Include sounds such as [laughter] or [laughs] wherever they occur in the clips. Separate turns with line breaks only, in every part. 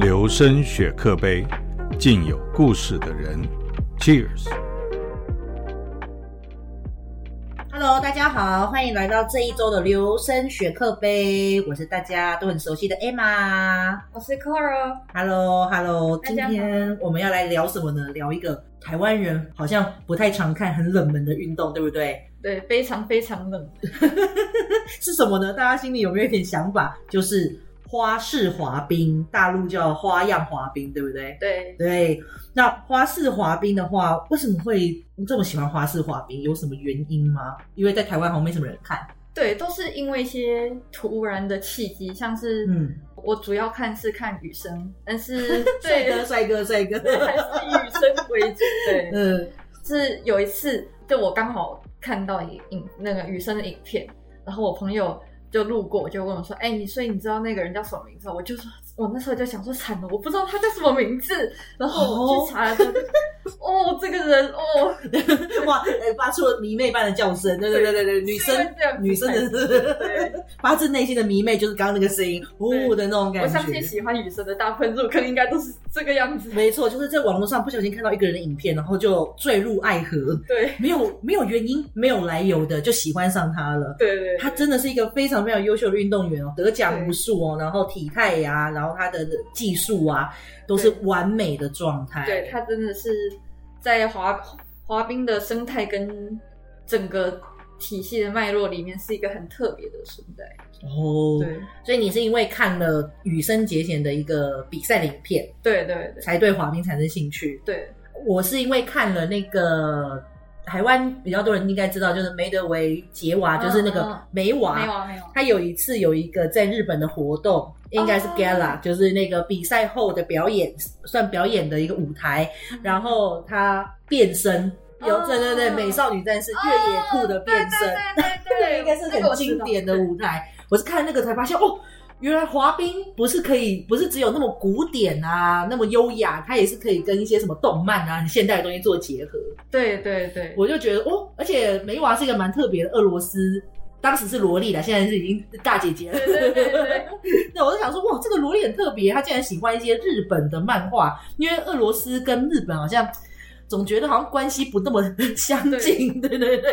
求生雪克杯，敬有故事的人，Cheers。
Hello，大家好，欢迎来到这一周的留声雪克杯，我是大家都很熟悉的 Emma。
我是 Clara，
Hello，Hello，
大
今
家好
天我们要来聊什么呢？聊一个台湾人好像不太常看、很冷门的运动，对不对？
对，非常非常冷门，
是什么呢？大家心里有没有一点想法？就是花式滑冰，大陆叫花样滑冰，对不对？
对，
对，那花式滑冰的话，为什么会这么喜欢花式滑冰？有什么原因吗？因为在台湾好像没什么人看。
对，都是因为一些突然的契机，像是
嗯，
我主要看是看雨声，但是
帅
对，
哥，帅哥，帅哥。
还是以雨声为主，对，
[laughs] 嗯
是有一次，就我刚好看到影影那个雨生的影片，然后我朋友就路过，我就问我说：“哎、你所以你知道那个人叫什么名字吗？”我就说，我那时候就想说，惨了，我不知道他叫什么名字。然后我去查了之后就，哦，这个人哦，
哇，呃发出了迷妹般的叫声，对对对对对，女
是因为
生
这样子
女生
才
的 [laughs] 发自内心的迷妹，就是刚刚那个声音，呜
对
的那种
我
感
相信
觉。
喜欢雨生的大部分入坑应该都是这个样子。
没错，就是在网络上不小心看到一个人的影片，然后就坠入爱河，
对
没有没有原因、没有来由的就喜欢上他了。
对对，
他真的是一个非常非常优秀的运动员哦，得奖无
对
数哦，然后体态呀、然后他的技术啊，都是
对
完美的状态。
对他真的是在滑滑冰的生态跟整个体系的脉络里面是一个很特别的存在。
哦，
对
所以你是因为看了羽生结弦的一个比赛的影片，
对对对
才对滑冰产生兴趣。
对
我是因为看了那个台湾比较多人应该知道，就是梅德韦杰娃，
嗯
就是那个
嗯
梅娃，
没有啊没有啊，
他有一次有一个在日本的活动，应该是
哦
gala，、就是那个比赛后的表演，算表演的一个舞台。然后他变身，
哦
有对对对，美少女战士越野兔的变身，
对对
[laughs] 那个应
哦对对对，
该是
那个
很
我知
经
道
典的舞台。我是看那个才发现哦。原来滑冰不是可以，不是只有那么古典啊，那么优雅，它也是可以跟一些什么动漫啊、现代的东西做结合。
对对对
我就觉得哦，而且梅娃是一个蛮特别的俄罗斯，当时是萝莉啦，现在是已经大姐姐了。
对对对对，
对，我就想说，哇，这个萝莉很特别，她竟然喜欢一些日本的漫画，因为俄罗斯跟日本好像总觉得好像关系不那么 [laughs] 相近，对 [laughs] 对对，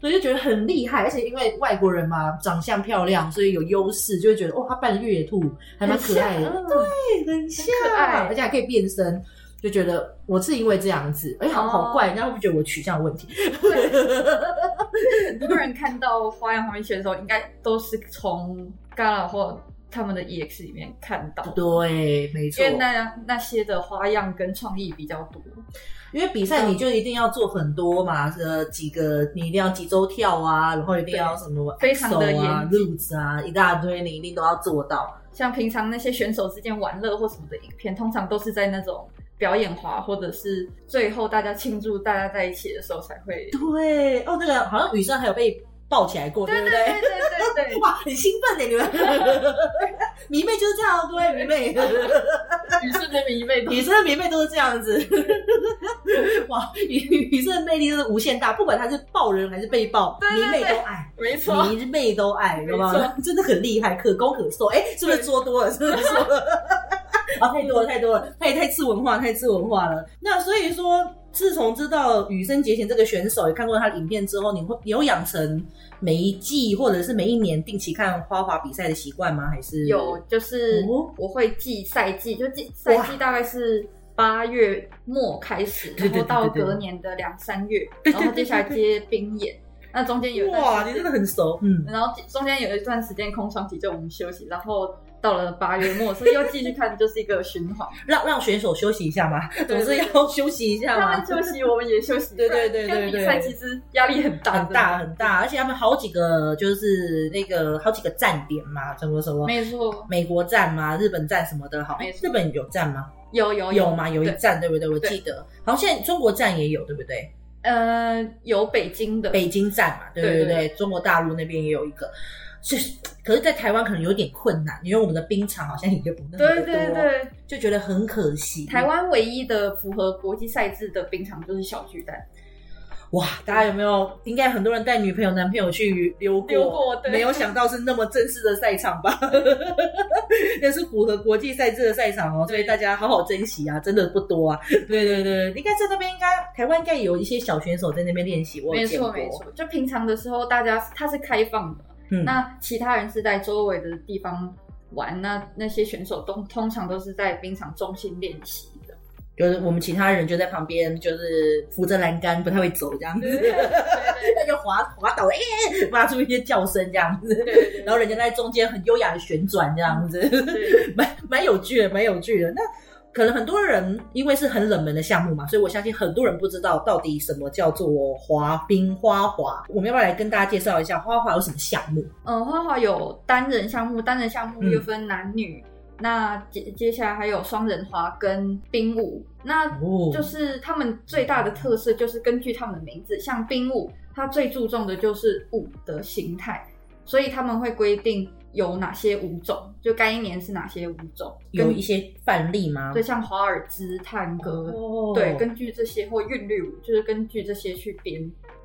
所以就觉得很厉害，而且因为外国人嘛，长相漂亮，所以有优势，就会觉得哦，她扮的越野兔还蛮可爱的，
对
对，很像
可爱
而且还可以变身。就觉得我是因为这样子，哎、好好怪，人家会不会觉得我取向有问题？
很多人看到花样滑冰选手，应该都是从 Gala 或他们的 EX 里面看到，
对，没错
因。为那那些的花样跟创意比较多。
因为比赛
嗯
你就一定要做很多嘛，呃，几个你一定要几周跳啊，然后一定要什么
非常的
axel 啊、
严谨
roots 啊，一大堆，你一定都要做到。
像平常那些选手之间玩乐或什么的影片，通常都是在那种表演滑，或者是最后大家庆祝大家在一起的时候才会。
对，哦，那个好像雨生还有被抱起来过，对
对
不
对
对？
对对对对
哇，很兴奋的你们， [laughs] 迷妹就是这样，对不对，迷妹，， [laughs]
女生的迷妹都
女生的迷妹都是这样
[laughs]
子。哇，女女生的魅力真的无限大，不管她是抱人还是被抱，迷妹都爱。
没错，
迷妹都爱，
没
好不好？真的很厉害，可攻可受。哎、是不是说多了？是不是
[laughs]
说多了？啊，太多了，太多了，太太次文化，太次文化了。那所以说，自从知道羽生结弦这个选手，也看过他的影片之后，你会有养成每一季或者是每一年定期看花滑比赛的习惯吗？还是
有就是
哦
我会记赛季，就记赛季大概是。八月末开始，
对
然
对
后
对
到
对对
隔年的两三月，
对对
然后接下来接冰演，那中间有一段
哇，
时
你
间
真的很熟，嗯。
然后中间有一段时间空窗期，就我们休息，然后到了八月末，所以又继续看，就是一个循环。
让让选手休息一下嘛，
对
[laughs] 总是要休息一下
他
嘛
们。休息，我们也休息。
对对对对
不然跟
对
比赛其实压力很大，
很大很大，而且他们好几个就是那个好几个站点嘛，什么什么
真的。没错，
美国站嘛，日本站什么的，好
没，错
日本有站吗？
有有
有嘛，有一
对
站对不对？我
对
记得，好像现在中国站也有对不对？
呃有北京的，
北京站嘛，对
对
对对，
对
中国大陆那边也有一个，是，可是，在台湾可能有点困难，因为我们的冰场好像也不那么
对
的多，
对对，
就觉得很可惜。
台湾唯一的符合国际赛制的冰场就是小巨蛋，
哇，大家有没有？应该很多人带女朋友、男朋友去溜过，
溜过对
没有想到是那么正式的赛场吧？ [laughs] 也是符合国际赛制的赛场哦，所以大家好好珍惜啊，真的不多啊。对对对，应该在那边，应该台湾应该有一些小选手在那边练习，我有
没
见过
错没错，就平常的时候大家它是开放的，
嗯，
那其他人是在周围的地方玩，那那些选手都通常都是在冰场中心练习
[laughs]
的。
就是我们其他人就在旁边，就是扶着栏杆，不太会走这样子，那 [laughs] 就滑滑倒，哎、发出一些叫声这样子，
对
然后人家在中间很优雅的旋转这样子，[laughs]
对
蛮蛮有趣的，蛮有趣的。那可能很多人因为是很冷门的项目嘛，所以我相信很多人不知道到底什么叫做滑冰花滑。我们要不要来跟大家介绍一下花滑有什么项目？
嗯，花滑有单人项目，单人项目
嗯
又分男女，那接接下来还有双人滑跟冰舞，那
哦
就是他们最大的特色就是根据他们的名字，像冰舞，它最注重的就是舞的形态，所以他们会规定有哪些舞种，就该一年是哪些舞种，
有
跟
一些范例吗？
对像华尔兹、探戈，
哦
对，根据这些或韵律舞，就是根据这些去编，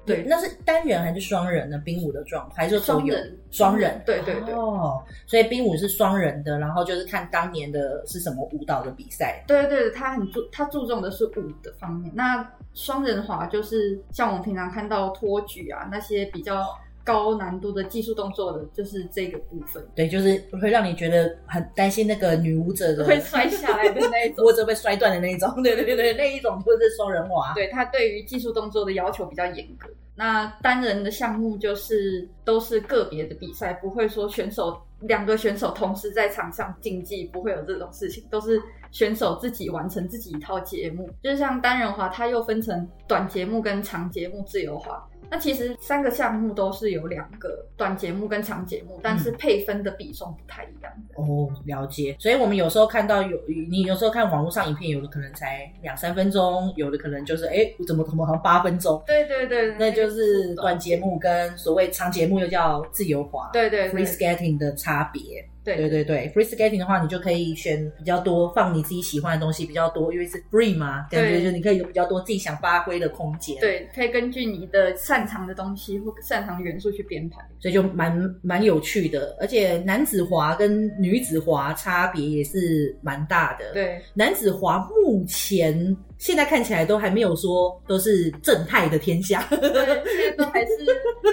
对，
对，
那是单人还是双人呢？冰舞的状态还是都
双
有
人，
双人，
对对对。
哦，所以冰舞是双人的，然后就是看当年的是什么舞蹈的比赛。
对对，他很注他注重的是舞的方面。那双人滑就是像我们平常看到托举啊那些比较高难度的技术动作的，就是这个部分
对，就是会让你觉得很担心那个女舞者的
会摔下来的那一种。
脖子被摔断的那一种， [laughs] 对对对，那一种就是双人滑。
对他对于技术动作的要求比较严格。那单人的项目就是都是个别的比赛，不会说选手两个选手同时在场上竞技，不会有这种事情，都是选手自己完成自己一套节目。就像单人滑，它又分成短节目跟长节目自由滑。那其实三个项目都是有两个短节目跟长节目，但是配分的比重不太一样的。
哦，了解。所以我们有时候看到有你有时候看网络上影片，有的可能才两三分钟，有的可能就是哎，诶怎么怎么好像八分钟，
对对对，
那就是短节目跟所谓长节目又叫自由滑。
对对对
Free skating 的差别，
对
对对对，free skating 的话，你就可以选比较多，放你自己喜欢的东西比较多，因为是 free 嘛，感觉
对
就你可以有比较多自己想发挥的空间。，
对，可以根据你的擅长的东西或擅长的元素去编排。
所以就蛮蛮有趣的，而且男子滑跟女子滑差别也是蛮大的。，
对，
男子滑目前现在看起来都还没有说都是正太的天下。 [laughs]
对，这都还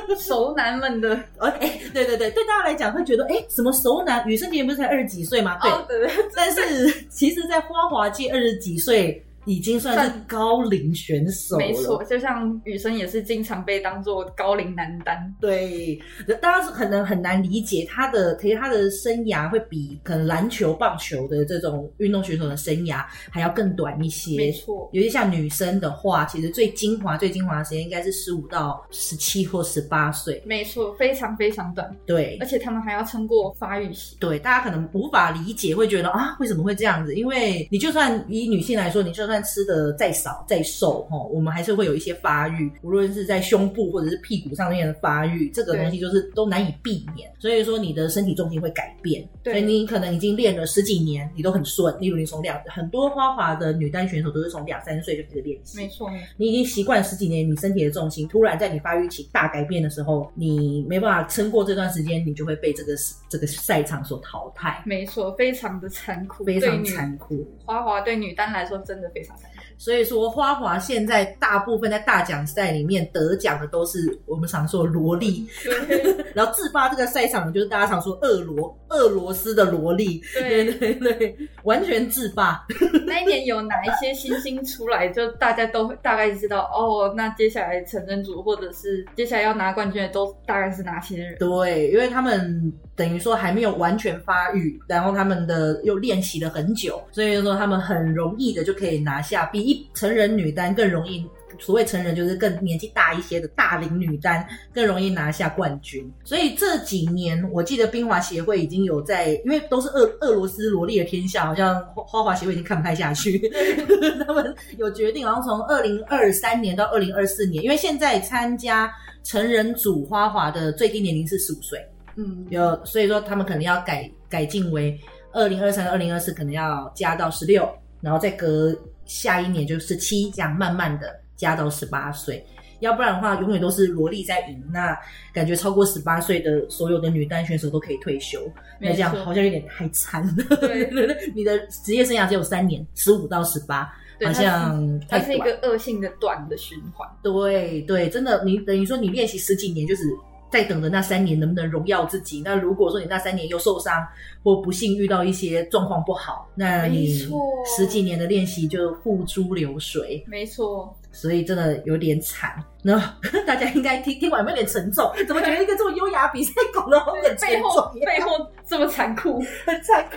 是熟男们的。
哦，哎，对对对，对大家来讲会觉得，哎，什么熟男？女生今年不是才二十几岁吗？对，
哦， [laughs]
[laughs]
对对
但是其实，在花滑界二十几岁已经算是高龄选手了。
没错，就像雨生也是经常被当做高龄男单。
对，大家是可能很难理解他的，其实他的生涯会比可能篮球、棒球的这种运动选手的生涯还要更短一
没
些。
错，
尤其像女生的话，其实最精华、最精华的时间应该是十五到十七或十八岁。
没错，非常非常短，
对
而，且他们还要撑过发育期。
对，大家可能无法理解，会觉得啊，为什么会这样子？因为你就算以女性来说，你就算吃的再少再瘦，哦，我们还是会有一些发育，无论是在胸部或者是屁股上面的发育，这个东西就是都难以避免。所以说，你的身体重心会改变，所
对
以你可能已经练了十几年，你都很顺。例如，你从两很多花滑的女单选手都是从两三岁就开始练习，
没错，没错，
你已经习惯十几年你身体的重心，突然在你发育期大改变的时候，你没办法撑过这段时间，你就会被这个这个赛场所淘汰，
没错，非常的残酷，
非
对
常
女
残酷。
花滑对女单来说真的非常残酷。
所以说，花滑现在大部分在大奖赛里面得奖的都是我们常说的萝莉，
对
[laughs] 然后自发这个赛场就是大家常说俄罗俄罗斯的萝莉， [laughs] 对
对，
对对，完全自发。
那一年有哪一些新星出来，就大家都会大概知道哦。那接下来成人组或者是接下来要拿冠军的，都大概是哪些人？
对，因为他们等于说还没有完全发育，然后他们的又练习了很久，所以说他们很容易的就可以拿下，比一成人女单更容易。所谓成人就是更年纪大一些的大龄女单更容易拿下冠军，所以这几年我记得冰华协会已经有在，因为都是俄俄罗斯萝莉的天下，好像花花滑协会已经看不太下去， [laughs] 他们有决定，好像从二零二三年到二零二四年，因为现在参加成人组花滑的最低年龄是十五岁，
嗯，
有所以说他们可能要改改进为二零二三、二零二四，可能要加到十六，然后再隔下一年就十七，这样慢慢的加到十八岁。要不然的话永远都是萝莉在赢。那感觉超过十八岁的所有的女单选手都可以退休，那
没
这样
错
好像有点太惨了。
对
[laughs] 你的职业生涯只有三年，十五到十八，[laughs]
对
好
它是
像
它
太
是一
短
个恶性的短的循环。
对对，真的，你等于说你练习十几年，就是在等着那三年能不能荣耀自己。那如果说你那三年又受伤或不幸遇到一些状况不好，那
没
你
错
十几年的练习就付诸流水，
没错，
所以真的有点惨。那 [laughs] 大家应该听听完有没有点沉重？怎么觉得一个这么优雅比赛搞得好像很沉
背后
重？
背后这么残酷。
很残酷。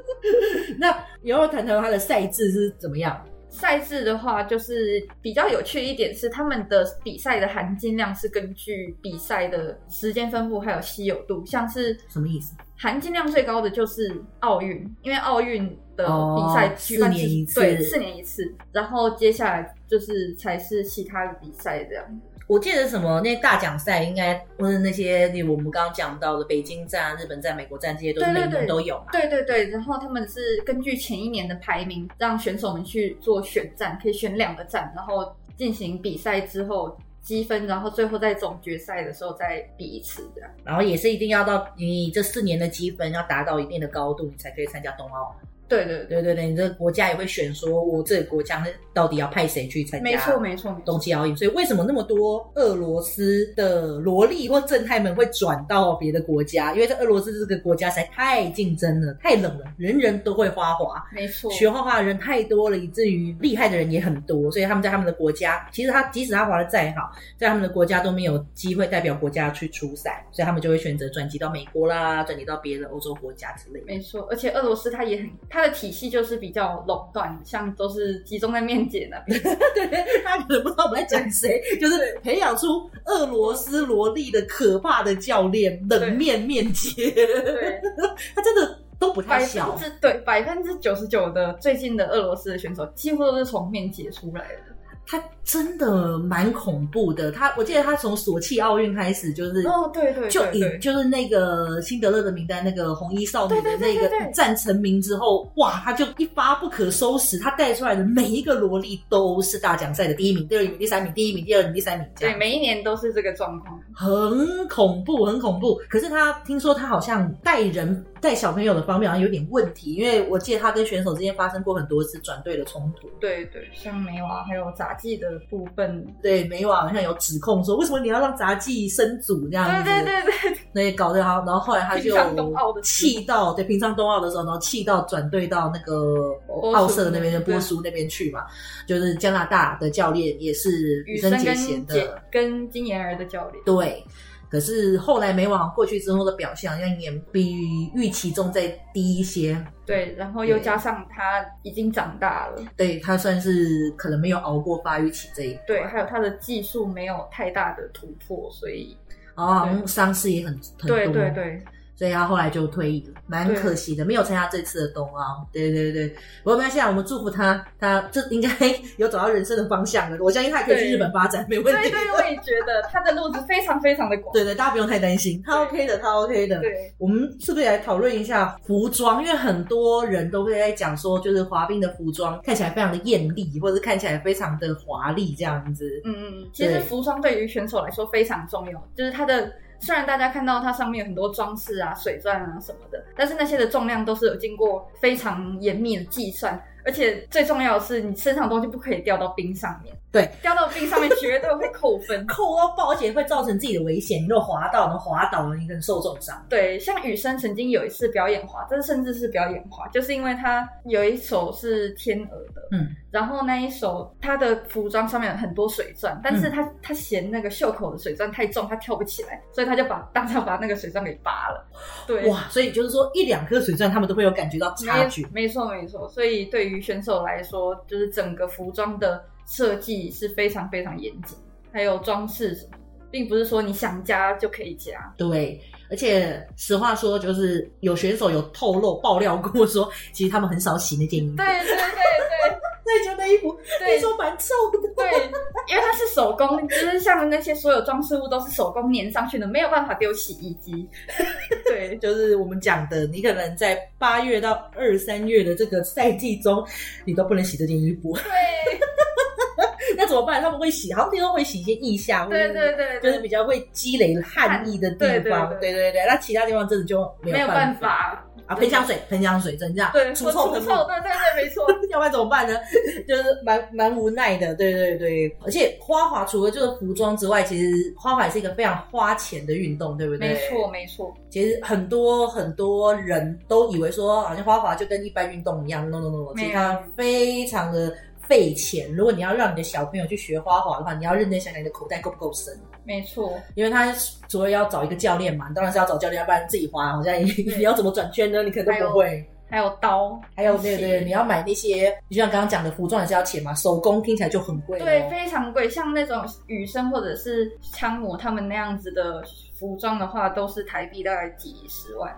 [laughs] 那也要谈谈他的赛制是怎么样？
赛制的话，就是比较有趣一点是，他们的比赛的含金量是根据比赛的时间分布还有稀有度，像是
什么意思？
含金量最高的就是奥运，因为奥运的
哦
比赛举办
四年一次
对四年一次，然后接下来就是才是其他的比赛这样。
我记得什么那大奖赛应该或者那些，例如我们刚刚讲到的北京站、日本站、美国站这些，都是
对
每
对
年
对
都有嘛。
对对对，然后他们是根据前一年的排名，让选手们去做选战，可以选两个站，然后进行比赛之后积分，然后最后在总决赛的时候再比一次这样。
然后也是一定要到你这四年的积分要达到一定的高度，你才可以参加冬奥。
对对对，
对对对，你这个国家也会选说，我这个国家到底要派谁去参加？
没错没错没
冬
错。
季奥运，所以为什么那么多俄罗斯的萝莉或正太们会转到别的国家？因为在俄罗斯这个国家实在太竞争了，太冷了，人人都会啊花滑。
没错，
学画画的人太多了，以至于厉害的人也很多，所以他们在他们的国家，其实他即使他滑的再好，在他们的国家都没有机会代表国家去出赛，所以他们就会选择转籍到美国啦，转籍到别的欧洲国家之类的。
没错，而且俄罗斯它也很，它的体系就是比较垄断，像都是集中在面姐那
[laughs]
边。
对，他可能不知道我们在讲谁，就是培养出俄罗斯萝莉的可怕的教练冷面面接，
对，
他真的都不太
百分
小。
之对百分之九十九的最近的俄罗斯的选手几乎都是从面姐出来的。
他真的蛮恐怖的，他我记得他从索契奥运开始就是
哦，对对
就
对
以
对，
就是那个辛德勒的名单那个红衣少女的
对对
那
对
个
对对
一战成名之后，哇，他就一发不可收拾，他带出来的每一个萝莉都是大奖赛的第一名、第二名、第三名、第一名、第二名、第三名，这
对
样
每一年都是这个状况。
很恐怖，很恐怖。可是他听说他好像带人带小朋友的方面好像有点问题，因为我记得他跟选手之间发生过很多次转队的冲突。
对对，像美瓦还有杂技的部分。
对，美网好像有指控说，为什么你要让杂技生组这样
对
子？
对对对，
那也搞得好，然后后来他就
平常冬奥的时候
气到，对，平常冬奥的时候，然后气到转队到那个
波叔
奥社那边的
对
波叔那边去嘛，就是加拿大的教练也是
羽
羽
生
生结
跟
弦的
姐，跟金妍儿的教练。
对。可是后来美网过去之后的表现，好像也比预期中再低一些。
对，然后又
对
加上他已经长大了，
对他算是可能没有熬过发育期这一
对，还有他的技术没有太大的突破，所以
然后好像伤势也很很多。
对对对，
[laughs] 所以他后来就退役了，蛮
对
可惜的，没有参加这次的冬奥。对对对，不过没关系啊，我们祝福他，他这应该 [laughs] 有找到人生的方向了。我相信他可以去
对
日本发展，没问
对
题。
对，我也觉得他的路子非常非常的广。
[laughs] 对对，大家不用太担心，他 OK 的，他 OK 的。
对
我们是不是也来讨论一下服装？因为很多人都会在讲说，就是滑冰的服装看起来非常的艳丽，或者是看起来非常的华丽这样子。
嗯，嗯，其实
对
服装对于选手来说非常重要，就是它的虽然大家看到它上面有很多装饰啊、水钻啊什么的，但是那些的重量都是有经过非常严密的计算，而且最重要的是你身上的东西不可以掉到冰上面，
对，。
掉到冰上面绝对会扣
[laughs]
分
扣到爆，而且会造成自己的危险。你如果滑到，然后滑倒了，你可能受重伤。
对，像雨生曾经有一次表演滑，这甚至是表演滑，就是因为他有一首是天鹅的，
嗯，
然后那一首他的服装上面有很多水钻，但是他、他嫌那个袖口的水钻太重，他跳不起来，所以他就把当场把那个水钻给拔了。对，
哇，所以就是说一两颗水钻，他们都会有感觉到差距。
没没错没错，所以对于选手来说，就是整个服装的设计是非常非常严谨，还有装饰什么的，并不是说你想加就可以加。
对，而且实话说，就是有选手有透露爆料跟我说，其实他们很少洗那件衣服，
对对对对
那你觉得那衣服
对 [laughs]
听说蛮臭的。
对，因为它是手工，就是像那些所有装饰物都是手工粘上去的，没有办法丢洗衣机。对
就是我们讲的，你可能在八月到二三月的这个赛季中，你都不能洗这件衣服，
对，
[laughs] 那怎么办？他们会洗，好像听说会洗一些腋下，
[laughs] 对对对，
就是比较会积累汗意的地方。
对对对
对对对，那其他地方真的就
没有办
办
法，
啊！喷香水，喷香水，真这样
对，
除
除
臭
臭，
喷
对
雾。
对对，没错，
[laughs] 要不然怎么办呢？就是蛮蛮无奈的，对对对。而且花滑除了就是服装之外，其实花滑也是一个非常花钱的运动，对不对？
没错，。没错，
其实很多很多人都以为说，好像花滑就跟一般运动一样，no no no，no，
没
其
有
实它非常的费钱。如果你要让你的小朋友去学花滑的话，你要认真想想你的口袋够不够深，
没错，
因为他除了要找一个教练嘛，你当然是要找教练，要不然自己滑好像你 [laughs] 你要怎么转圈呢？你可
哎
能都不会。
还有刀，
还有
那
对
些
对，你要买那些，就像刚刚讲的服装也是要钱嘛，手工听起来就很贵、哦。
对，非常贵。像那种雨生或者是枪模他们那样子的服装的话，都是台币大概几十万。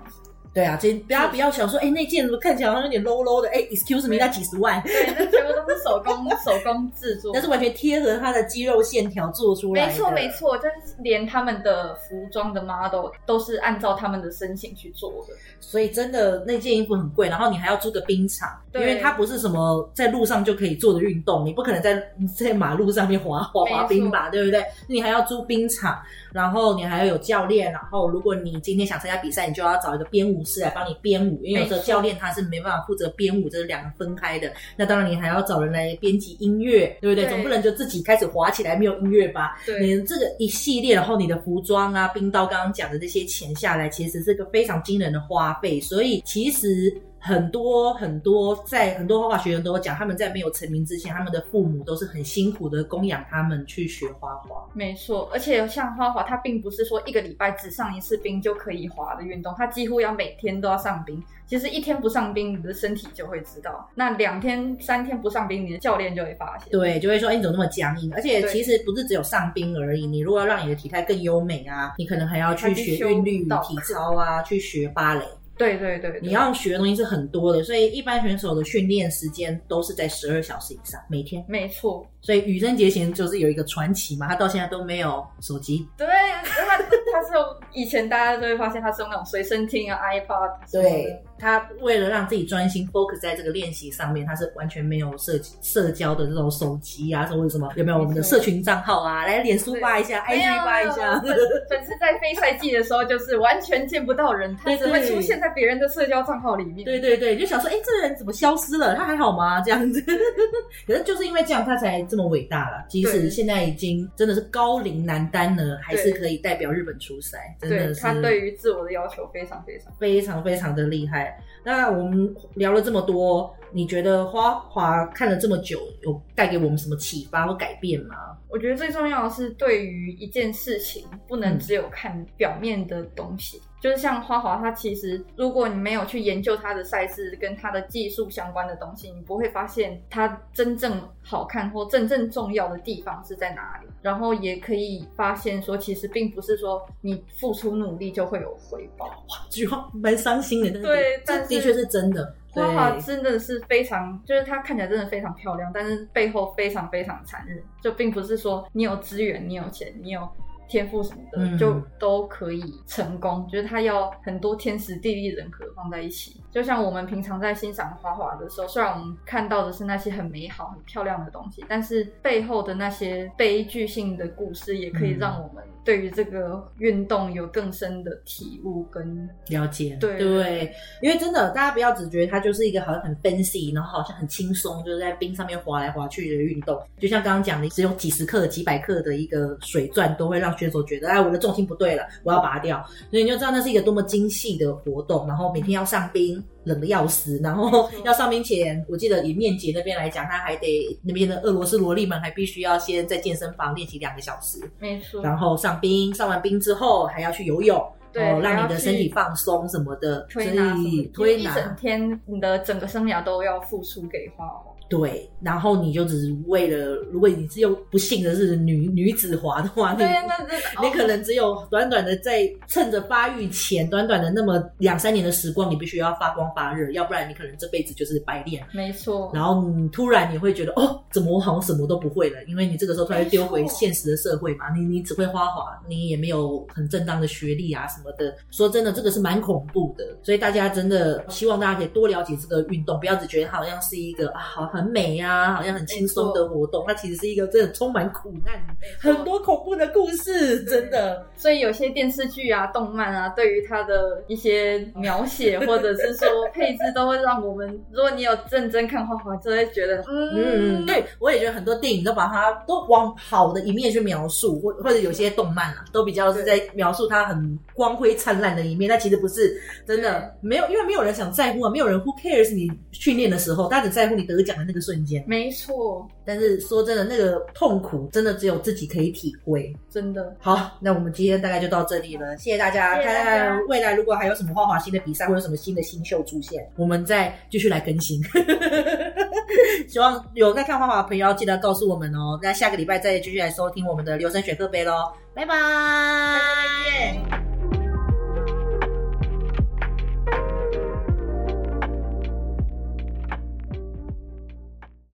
对啊，这不要不要想说，哎、那件怎么看起来好像有点 low low 的？哎、e x c u s e me，那几十万，
对，那全部都是手工手工制作
那。是完全贴合它的肌肉线条做出来的。
没错，没。错，就是连他们的服装的 model 都是按照他们的身形去做的。
所以真的那件衣服很贵，然后你还要租个冰场，因
对
为它不是什么在路上就可以做的运动，你不可能在在马路上面滑滑
没错
滑冰吧，对不对？你还要租冰场，然后你还要有教练，然后如果你今天想参加比赛，你就要找一个编舞师来帮你编舞，因为有时候
没错
教练他是没办法负责编舞，这是两个分开的。那当然你还要找人来编辑音乐，对不对？
对
总不能就自己开始滑起来没有音乐吧？
对，
你这个一系列，然后你的服装啊、冰刀刚刚讲的这些钱下来，其实是个非常惊人的花费。所以其实很多很多在很多画画学生都有讲，他们在没有成名之前，他们的父母都是很辛苦的供养他们去学画画。
没错，而且像花滑，它并不是说一个礼拜只上一次冰就可以滑的运动，它几乎要每天都要上冰。其实一天不上冰，你的身体就会知道；那两天、三天不上冰，你的教练就会发现。
对，就会说，哎，你怎么那么僵硬？而且
对
其实不是只有上冰而已，你如果要让你的体态更优美啊，你可能还要去
还去
学
修
韵律、
道
体操啊，去学芭蕾。
对对对对
你要学的东西是很多的，所以一般选手的训练时间都是在十二小时以上，每天。
没错，
所以羽生结弦就是有一个传奇嘛，他到现在都没有手机。
对他他是用以前大家都会发现他是用那种随身听啊 iPod 什么的
他为了让自己专心 focus 在这个练习上面，他是完全没有社社交的这种手机啊，或者什么有没有我们的社群账号啊，来脸书扒一下
没有
，IG 扒一下。
粉粉丝在非赛季的时候就是完全见不到人，他
对
只
对
会出现在别人的社交账号里面。
对对对，就想说，哎、这个人怎么消失了？他还好吗？这样子，可是就是因为这样，他才这么伟大了。即使
对
现在已经真的是高龄男单了，还是
对
可以代表日本出赛，真
对
的是
他对于自我的要求非常非常。
非常非常的厉害。那我们聊了这么多，你觉得花滑看了这么久，有带给我们什么启发或改变吗？
我觉得最重要的是，对于一件事情，不能只有看表面的东西。就是像花滑，它其实如果你没有去研究它的赛事跟它的技术相关的东西，你不会发现它真正好看或真正重要的地方是在哪里。然后也可以发现说，其实并不是说你付出努力就会有回报。
这句话蛮伤心的，但是
对但
这
是
的确是真的。
花滑
对
真的是非常，就是它看起来真的非常漂亮，但是背后非常非常残忍。就并不是说你有资源、你有钱、你有天赋什么的，
嗯
就都可以成功。就是它要很多天时地利人和放在一起。就像我们平常在欣赏花滑的时候，虽然我们看到的是那些很美好、很漂亮的东西，但是背后的那些悲剧性的故事，也可以
嗯
让我们对于这个运动有更深的体悟跟
了解，
对
对，因为真的，大家不要只觉得它就是一个好像很 fancy，然后好像很轻松，就是在冰上面滑来滑去的运动。就像刚刚讲的，只有几十克、几百克的一个水钻，都会让选手觉得，哎，我的重心不对了，我要拔掉。所以你就知道那是一个多么精细的活动。然后每天要上冰，冷的要死，然后
没错
要上冰前，我记得以面姐那边来讲，她还得那边的俄罗斯萝莉们还必须要先在健身房练习两个小时，
没错。
然后上冰，上完冰之后还要去游泳，
对
哦，让你
还要
的
去
身体放松什么的，所
推拿什么
以
的，
推
一整
拿
天你的整个生涯都要付出给哦花花。
对，然后你就只是为了，如果你是又不幸的是女女子滑的啊话，你
对，啊那哦这
[laughs] 你可能只有短短的在趁着发育前短短的那么两三年的时光，你必须要发光发热，要不然你可能这辈子就是白练。
没错，
然后你突然你会觉得哦，怎么我好像什么都不会了？因为你这个时候突然丢回
没错
现实的社会嘛，你你只会花滑，你也没有很正当的学历啊什么的。说真的，这个是蛮恐怖的，所以大家真的希望大家可以多了解这个运动，不要只觉得它好像是一个啊，好像很美啊，好像很轻松的活动，它其实是一个真的充满苦难、很多恐怖的故事，真的。
所以有些电视剧啊、动漫啊，对于它的一些
[laughs]
描写或者是说配置，都会让我们，如果你有认真看画画，就会觉得，嗯，
嗯，对，我也觉得很多电影都把它都往好的一面去描述，或或者有些动漫啊，都比较是在描述它很光辉灿烂的一面，但其实不是真的，没有，因为没有人想在乎啊，没有人 who cares 你训练的时候，大家只在乎你得奖的那个瞬间。
没错，
但是说真的，那个痛苦真的只有自己可以体会。
真的，
好，那我们今天大概就到这里了，谢谢大家。
谢谢大家
看未来如果还有什么花滑新的比赛，或者有什么新的新秀出现，我们再继续来更新。 [laughs] 希望有在看花滑的朋友要记得告诉我们哦。那下个礼拜再继续来收听我们的留声选课杯喽，拜拜。
再见。